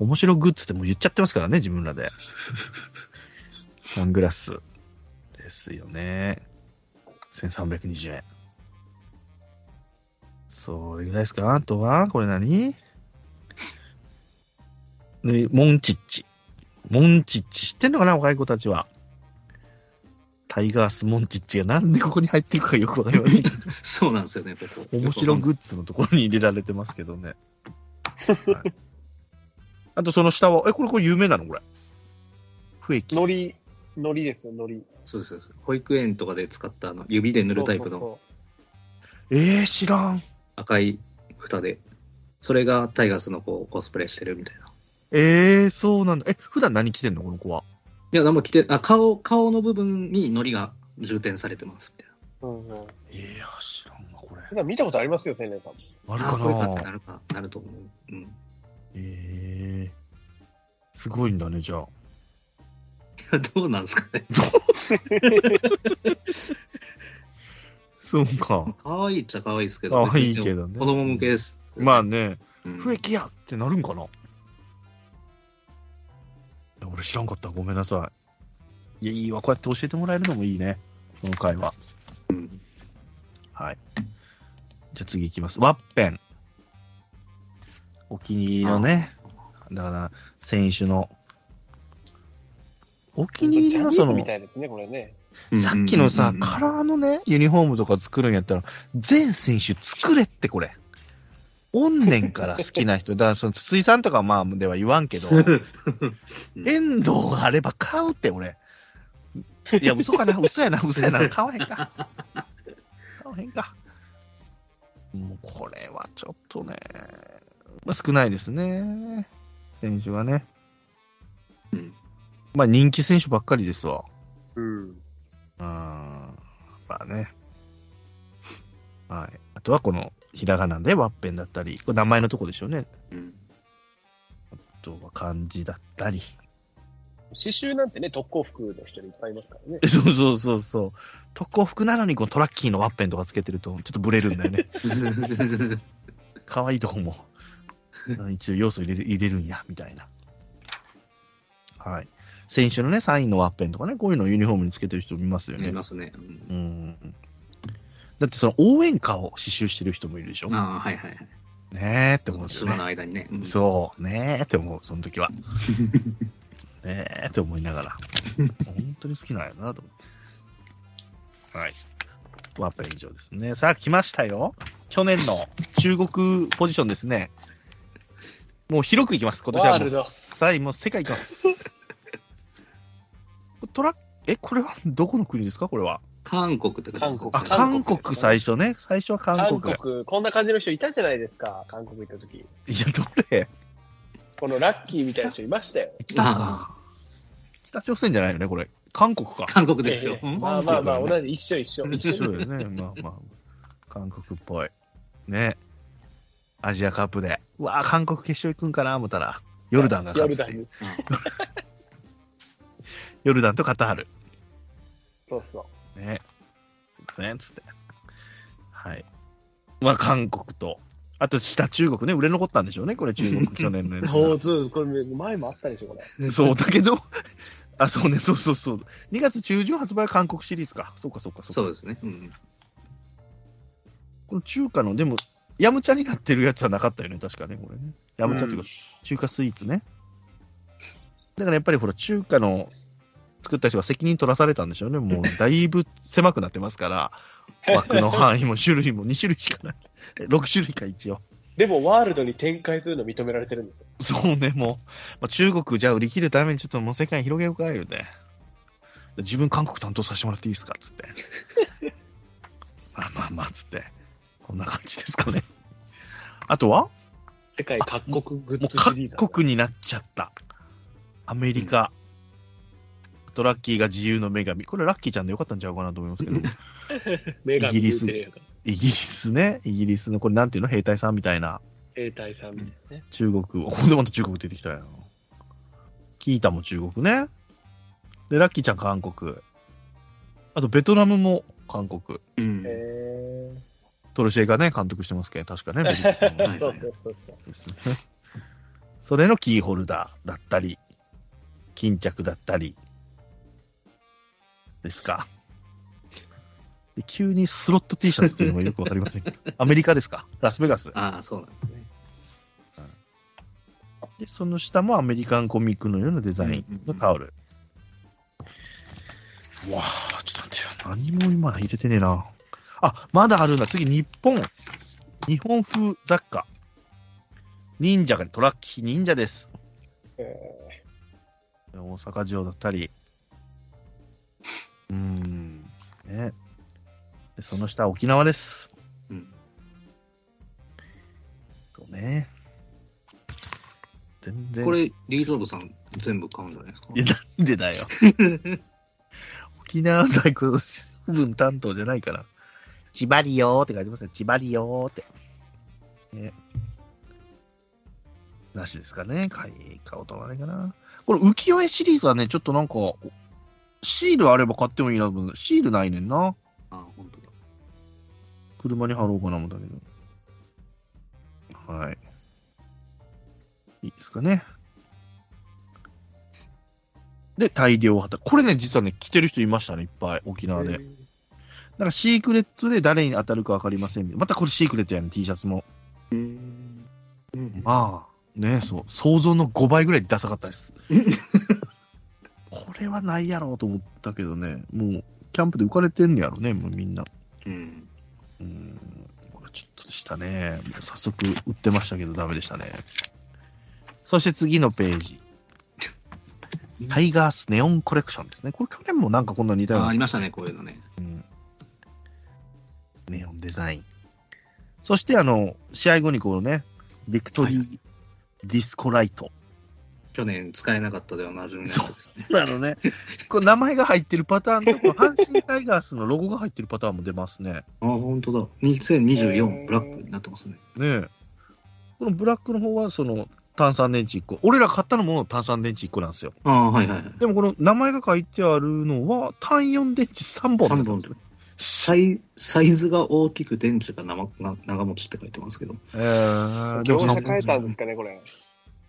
Speaker 1: う。面白グッズってもう言っちゃってますからね、自分らで。サングラス。ですよね。1320円。それぐらいですかあとは、これ何ねモンチッチ。モンチッチ知ってんのかな若い子たちは。タイガースモンチッチがなんでここに入ってるかよくわかりませんけど
Speaker 3: そうなんですよね、ここ。
Speaker 1: 面白
Speaker 3: く。
Speaker 1: グッズのところに入れられてますけどね。はいあとその下は、え、これこれ有名なのこれ。不液。
Speaker 2: のり、のりですよ、のり。
Speaker 3: そうですそうです。保育園とかで使ったあの指で塗るタイプ
Speaker 2: そうそう
Speaker 3: の
Speaker 2: そう
Speaker 1: えー、知らん。
Speaker 3: 赤い蓋で、それがタイガースのこうコスプレしてるみたいな。
Speaker 1: えー、そうなんだ。え、普段何着てんのこの子は。
Speaker 3: いや、何も着て、あ、顔、顔の部分に糊が充填されてますみたい
Speaker 2: うんうん、
Speaker 1: えー、知らんわ、これ。
Speaker 2: 普段見たことありますよ、青年さん。
Speaker 1: ある
Speaker 3: な。
Speaker 1: か
Speaker 3: これかって
Speaker 1: な
Speaker 3: なるか、なると思う。うん。 [laughs]
Speaker 1: えー、すごいんだね、じゃあ。
Speaker 3: どうなんですかね。
Speaker 1: そうか。
Speaker 3: 可愛いっちゃ可愛いですけど、
Speaker 1: 可愛いけどね
Speaker 3: 子供向けです。
Speaker 1: まあね、
Speaker 3: うん
Speaker 1: 不液やってなるんかないや俺知らんかった。ごめんなさい。いや、いいわ。こうやって教えてもらえるのもいいね。この会話。
Speaker 3: うん
Speaker 1: はい。じゃあ次行きます。ワッペン。お気に入りのね。だから、選手の。お気に入りの
Speaker 2: ジ
Speaker 1: そ
Speaker 2: ャニーズ
Speaker 1: の
Speaker 2: み、たいですね、これね。
Speaker 1: さっきのさ、カ
Speaker 3: から
Speaker 1: ラーのね、ユニフォームとか作るんやったら、全選手作れってこれ。おんねんから好きな人。だから、その筒井さんとかはまあ、では言わんけど、遠藤があれば買うって、俺。いや、嘘かな、嘘やな、嘘やな、買わへんか。買わへんか。もう、これはちょっとね、まあ、少ないですね。選手はね。
Speaker 3: うん
Speaker 1: まあ、人気選手ばっかりですわ。
Speaker 2: うん。
Speaker 1: うん。まあね。はい。あとは、この、ひらがなでワッペンだったり、これ名前のとこでしょうね。
Speaker 3: うん
Speaker 1: あとは漢字だったり。 [laughs]
Speaker 2: 刺繍なんてね、特攻服の人いっぱいいますからね。
Speaker 1: そうそうそうそう。特攻服なのにこうトラッキーのワッペンとかつけてるとちょっとブレるんだよ
Speaker 3: [laughs]
Speaker 1: ね。可愛いとこも。あ一応要素入れる入れるんや、みたいな。はい。選手のね、サインのワッペンとかね、こういうのをユニフォームにつけてる人もいますよ
Speaker 3: 見
Speaker 1: ね。
Speaker 3: ますね。うん
Speaker 1: うん。だってその応援歌を刺繍してる人もいるでしょ。ね
Speaker 3: ああ、はいはいはい。
Speaker 1: えって思うんですよ
Speaker 3: 島
Speaker 1: ね
Speaker 3: の。間にね。うん
Speaker 1: そう、ねえって思う、その時は。 [laughs] ねえって思いながら。本当に好きなんやなと思って。はい。ワッペン以上ですね。さあ、来ましたよ。去年の中国ポジションですね。もう広くいきます、今年は
Speaker 2: ワ
Speaker 1: も
Speaker 2: ー
Speaker 1: う。
Speaker 2: ルド
Speaker 1: さあ、もう世界いきます。トラえ、これはどこの国ですかこれは。
Speaker 3: 韓国って
Speaker 2: 韓国
Speaker 1: あ、韓
Speaker 2: 韓国
Speaker 1: 国最初ね。最初は韓
Speaker 2: 韓
Speaker 1: 国。
Speaker 2: 国こんな感じの人いたじゃないですか、韓国行った時。
Speaker 1: いや、どれ
Speaker 2: このラッキーみたいな人いましたよ。
Speaker 1: 北か。北朝鮮じゃないよね、これ。韓国か。
Speaker 3: 韓国ですよ
Speaker 2: え。えまあまあまあ、同じ、一緒一緒。一
Speaker 1: 一
Speaker 2: 緒
Speaker 1: 緒だよね。 [laughs] まあまあ。韓国っぽい。ね。アジアカップで。うわあ、韓国決勝行くんかな思ったら、ヨルダンが
Speaker 2: ヨ
Speaker 1: 勝
Speaker 2: ル
Speaker 1: つ
Speaker 2: ダ
Speaker 1: っていう
Speaker 2: [laughs] ン。
Speaker 1: ヨルダンとカタール。
Speaker 2: そうそう。
Speaker 1: ね。すいません、つって。はい。まあ、韓国とあと下中国ね、売れ残ったんでしょうね、これ中
Speaker 2: [laughs]
Speaker 1: 国、去年のやつが
Speaker 2: [laughs] そうそう、これ前もあったでしょ、これ。
Speaker 1: そう、だけど、 [laughs] あ、そうね、そうそうそう。2月中旬発売韓国シリーズか。そうか、そうか、そうか。
Speaker 3: そうですね。うん。
Speaker 1: この中華の、でも、ヤムチャになってるやつはなかったよね、確かね、これね。ヤムチャというか、中華スイーツね。だからやっぱりほら、中華の作った人が責任取らされたんでしょうね。もう、だいぶ狭くなってますから、枠の範囲も種類も2種類しかない。6種類か、一応。
Speaker 2: でも、ワールドに展開するの認められてるんですよ。
Speaker 1: そうね、もう、まあ、中国じゃあ売り切るためにちょっともう世界に広げようか、言うて。で自分韓国担当させてもらっていいですか、つって。まあまあまあ、つって。こんな感じですかね。あとは
Speaker 2: 世界各国グ
Speaker 1: も
Speaker 2: ッ
Speaker 1: う
Speaker 2: ズシリーズ。
Speaker 1: 各国になっちゃった。アメリカ。あとラッキーが自由の女神。これラッキーちゃんでよかったんちゃうかなと思いますけど。
Speaker 2: メガ
Speaker 1: イギリス
Speaker 2: 兵
Speaker 1: イギリスね。イギリスの、これなんていうの兵隊さんみたいな。
Speaker 2: 隊さんみたいなね。
Speaker 1: 中国を、ほんでまた中国出てきたよ。キータも中国ね。で、ラッキーちゃん韓国。あと、ベトナムも韓国。
Speaker 3: うん。
Speaker 2: へ
Speaker 1: トルシエがね、監督してますけど、確かね。ベトナム
Speaker 2: ー。
Speaker 1: も
Speaker 2: そ
Speaker 3: いは
Speaker 2: う
Speaker 3: い
Speaker 2: そうそうそう。
Speaker 1: ですね [laughs] それのキーホルダーだったり、巾着だったり、ですか。で急にスロット T シャツっていうのもよくわかりませんけど。アメリカですかラスベガス。
Speaker 3: ああ、そうなんですね。
Speaker 1: で、その下もアメリカンコミックのようなデザインのタオル。わあ、ちょっと待ってよ。何も今入れてねえな。あ、まだあるんだ。次、日本。日本風雑貨。忍者がトラッキー忍者です。
Speaker 2: え
Speaker 1: 大阪城だったり。うーん。ね。でその下、沖縄です。
Speaker 3: うん。
Speaker 1: とね。全然。
Speaker 3: これ、リードードさん全部買うんじゃないですか
Speaker 1: いや、なんでだよ。沖縄在庫分担当じゃないから。ちばりよーって書いてますよ。ちばりよーって。ね。なしですかね。買い、買おうとはないかな。これ、浮世絵シリーズはね、ちょっとなんか、シールあれば買ってもいいなと思う。シールないねんな。
Speaker 3: ああ、本当だ。
Speaker 1: 車に貼ろうかなもんだけど。はい。いいですかね。で、大量働き。これね、実はね、来てる人いましたね、いっぱい、沖縄で。だから、シークレットで誰に当たるか分かりません。またこれシークレットやね、T シャツも。まあ、ね、そう、想像の5倍ぐらいダサかったです。 [laughs] これはないやろうと思ったけどね、もう、キャンプで浮かれてんやろね、もうみんな。
Speaker 3: うん。
Speaker 1: うーんこれちょっとでしたね。もう早速売ってましたけど、ダメでしたね。そして次のページ。タイガースネオンコレクションですね。これ去年もなんかこんな似たよう
Speaker 3: ああ
Speaker 1: な
Speaker 3: りましたね、こういうのね。
Speaker 1: ネオンデザイン。そしてあの、試合後にこのね、ビクトリーディスコライト。
Speaker 3: 去年使えなかったでおなじみのやつですね。
Speaker 1: なのね。 [laughs] これ名前が入ってるパターンと、この阪神タイガースのロゴが入ってるパターンも出ますね。
Speaker 3: ああ、本当だ。2024ブラックになってますね。
Speaker 1: ねえ。このブラックの方は、その、炭酸電池1個。俺ら買ったのも炭酸電池1個なんですよ。
Speaker 3: ああ、はいはいはい。
Speaker 1: でもこの名前が書いてあるのは、単4電池3本。
Speaker 3: 3本で。サイサイズが大きく電池が長が長持ちって書いてますけど。
Speaker 1: えー、で
Speaker 2: 業
Speaker 1: もそ
Speaker 2: 者
Speaker 1: の
Speaker 2: 変えたんですかね、これ。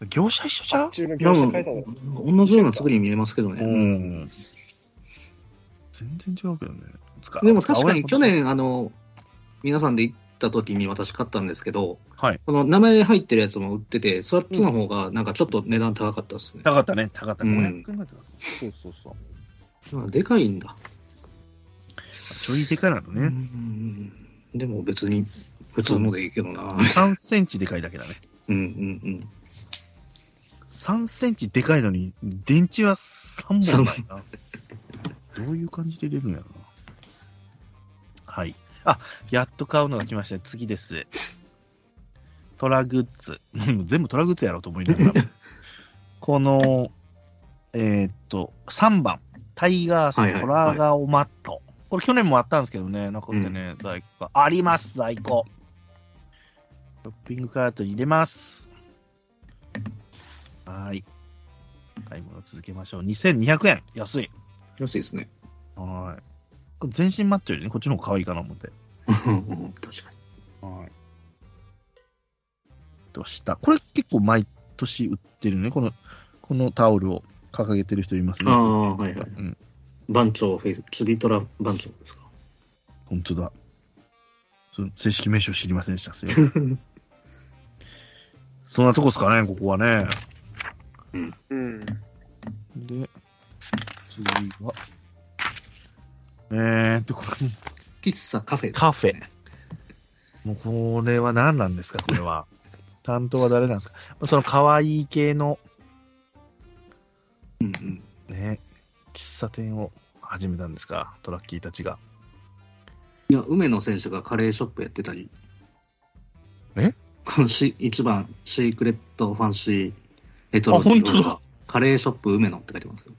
Speaker 1: 業者一緒じゃん
Speaker 2: 中の
Speaker 3: で
Speaker 2: 業者
Speaker 3: も、
Speaker 2: 変えたの。
Speaker 3: 同じような作りに見えますけどね。うん。
Speaker 1: 全然違うけどね。使
Speaker 3: でも確かに去。年、あの、皆さんで行った時に私買ったんですけど、
Speaker 1: はい。
Speaker 3: この名前入ってるやつも売ってて、そっちの方がなんかちょっと値段高かったですね。
Speaker 1: 高かったね、高かった。
Speaker 3: うん
Speaker 1: 500円ぐらいだったそうそうそう。
Speaker 3: まあでかいんだ。
Speaker 1: ちょいでかいなの
Speaker 3: うんう
Speaker 1: ね。
Speaker 3: んうんでも別に、普通のでいいけどな。
Speaker 1: 3センチでかいだけだね。
Speaker 3: うんうんうん。
Speaker 1: 3センチでかいのに、電池は3本ないな。どういう感じで入れるんやろな。はい。あ、やっと買うのが来ました。次です。トラグッズ。 [laughs] もう全部トラグッズやろうと思いな
Speaker 3: [laughs]
Speaker 1: がらも。この、えーっと、3番。タイガ
Speaker 3: は
Speaker 1: ー
Speaker 3: い
Speaker 1: ス
Speaker 3: はい
Speaker 1: トラガオマット。これ去年もあったんですけどね、なくてね、在庫が。あります、在庫。ショッピングカートに入れます。はーい。買い物続けましょう。2200円。安い。
Speaker 3: 安いですね。
Speaker 1: はーい。これ全身マットよりね、こっちの方が可愛いかな思って。
Speaker 3: うんうん確かに。
Speaker 1: はい。ってました。これ結構毎年売ってるね。この、このタオルを掲げてる人いますね。
Speaker 3: ああ、はいはい。
Speaker 1: うん、
Speaker 3: 番長フェイス、釣りトラ番長ですか。
Speaker 1: 本当だ。その正式名称知りませんでした。すいませ [laughs] んそんなとこですかね、ここはね。
Speaker 4: うん。
Speaker 1: で、次は。えーっと、これ、
Speaker 3: 喫茶カフェ。
Speaker 1: カフェ。もうこれは何なんですか、これは。担当は誰なんですか。その可愛い系の
Speaker 3: うんうん。
Speaker 1: ね、喫茶店を始めたんですか、トラッキーたちが。
Speaker 3: いや、梅野選手がカレーショップやってたり。
Speaker 1: え
Speaker 3: このし一番、シークレットファンシーレトロ
Speaker 1: あ本当だ
Speaker 3: がカレーショップ梅野って書いてますよ。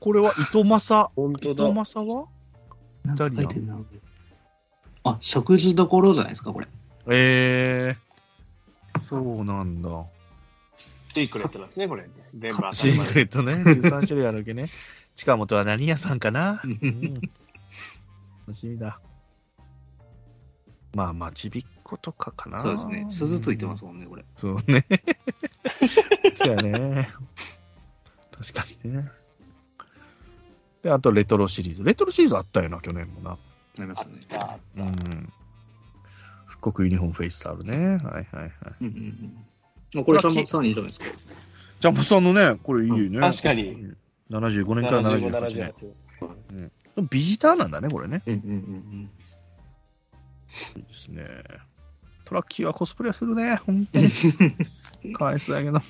Speaker 1: これは糸正。
Speaker 2: 本当
Speaker 1: 糸
Speaker 2: だ。
Speaker 1: 正は
Speaker 3: なん
Speaker 1: か
Speaker 3: か
Speaker 1: 書
Speaker 3: 書
Speaker 1: い
Speaker 3: い
Speaker 1: て
Speaker 3: てんな。あ、食事どころじゃないですか、これ。
Speaker 1: えー、そうなんだ。
Speaker 2: シークレットなんですね、これ。全部当た
Speaker 1: シ
Speaker 2: り前
Speaker 1: ークレットね、13種類あるわけ [laughs] ね。近本は何屋さんかな、うん、楽しみだ。まあまあ、ちびっことかかな。
Speaker 3: そうですね。鈴ついてますもんね、これ。
Speaker 1: そうね。 [laughs] そうやね。確かにね。で、あとレトロシリーズ。レトロシリーズあったよな、去年もな。
Speaker 3: なりましたね。
Speaker 2: あ
Speaker 1: うん。復刻ユニフォームフェイスタオルね。はいはいはい。
Speaker 3: うんうんうん。あこれ、さんさんいいじゃないですか。
Speaker 1: ジャンプさんのね、これいいよね。
Speaker 2: 確かに。
Speaker 1: うん75年から
Speaker 2: 75、
Speaker 1: 78
Speaker 2: 78
Speaker 1: 年。。ビジターなんだね、これね。
Speaker 3: うんうんうん
Speaker 1: い
Speaker 2: [laughs]
Speaker 1: いですね。トラッキーはコスプレするね、本当に。かわいそうだけど。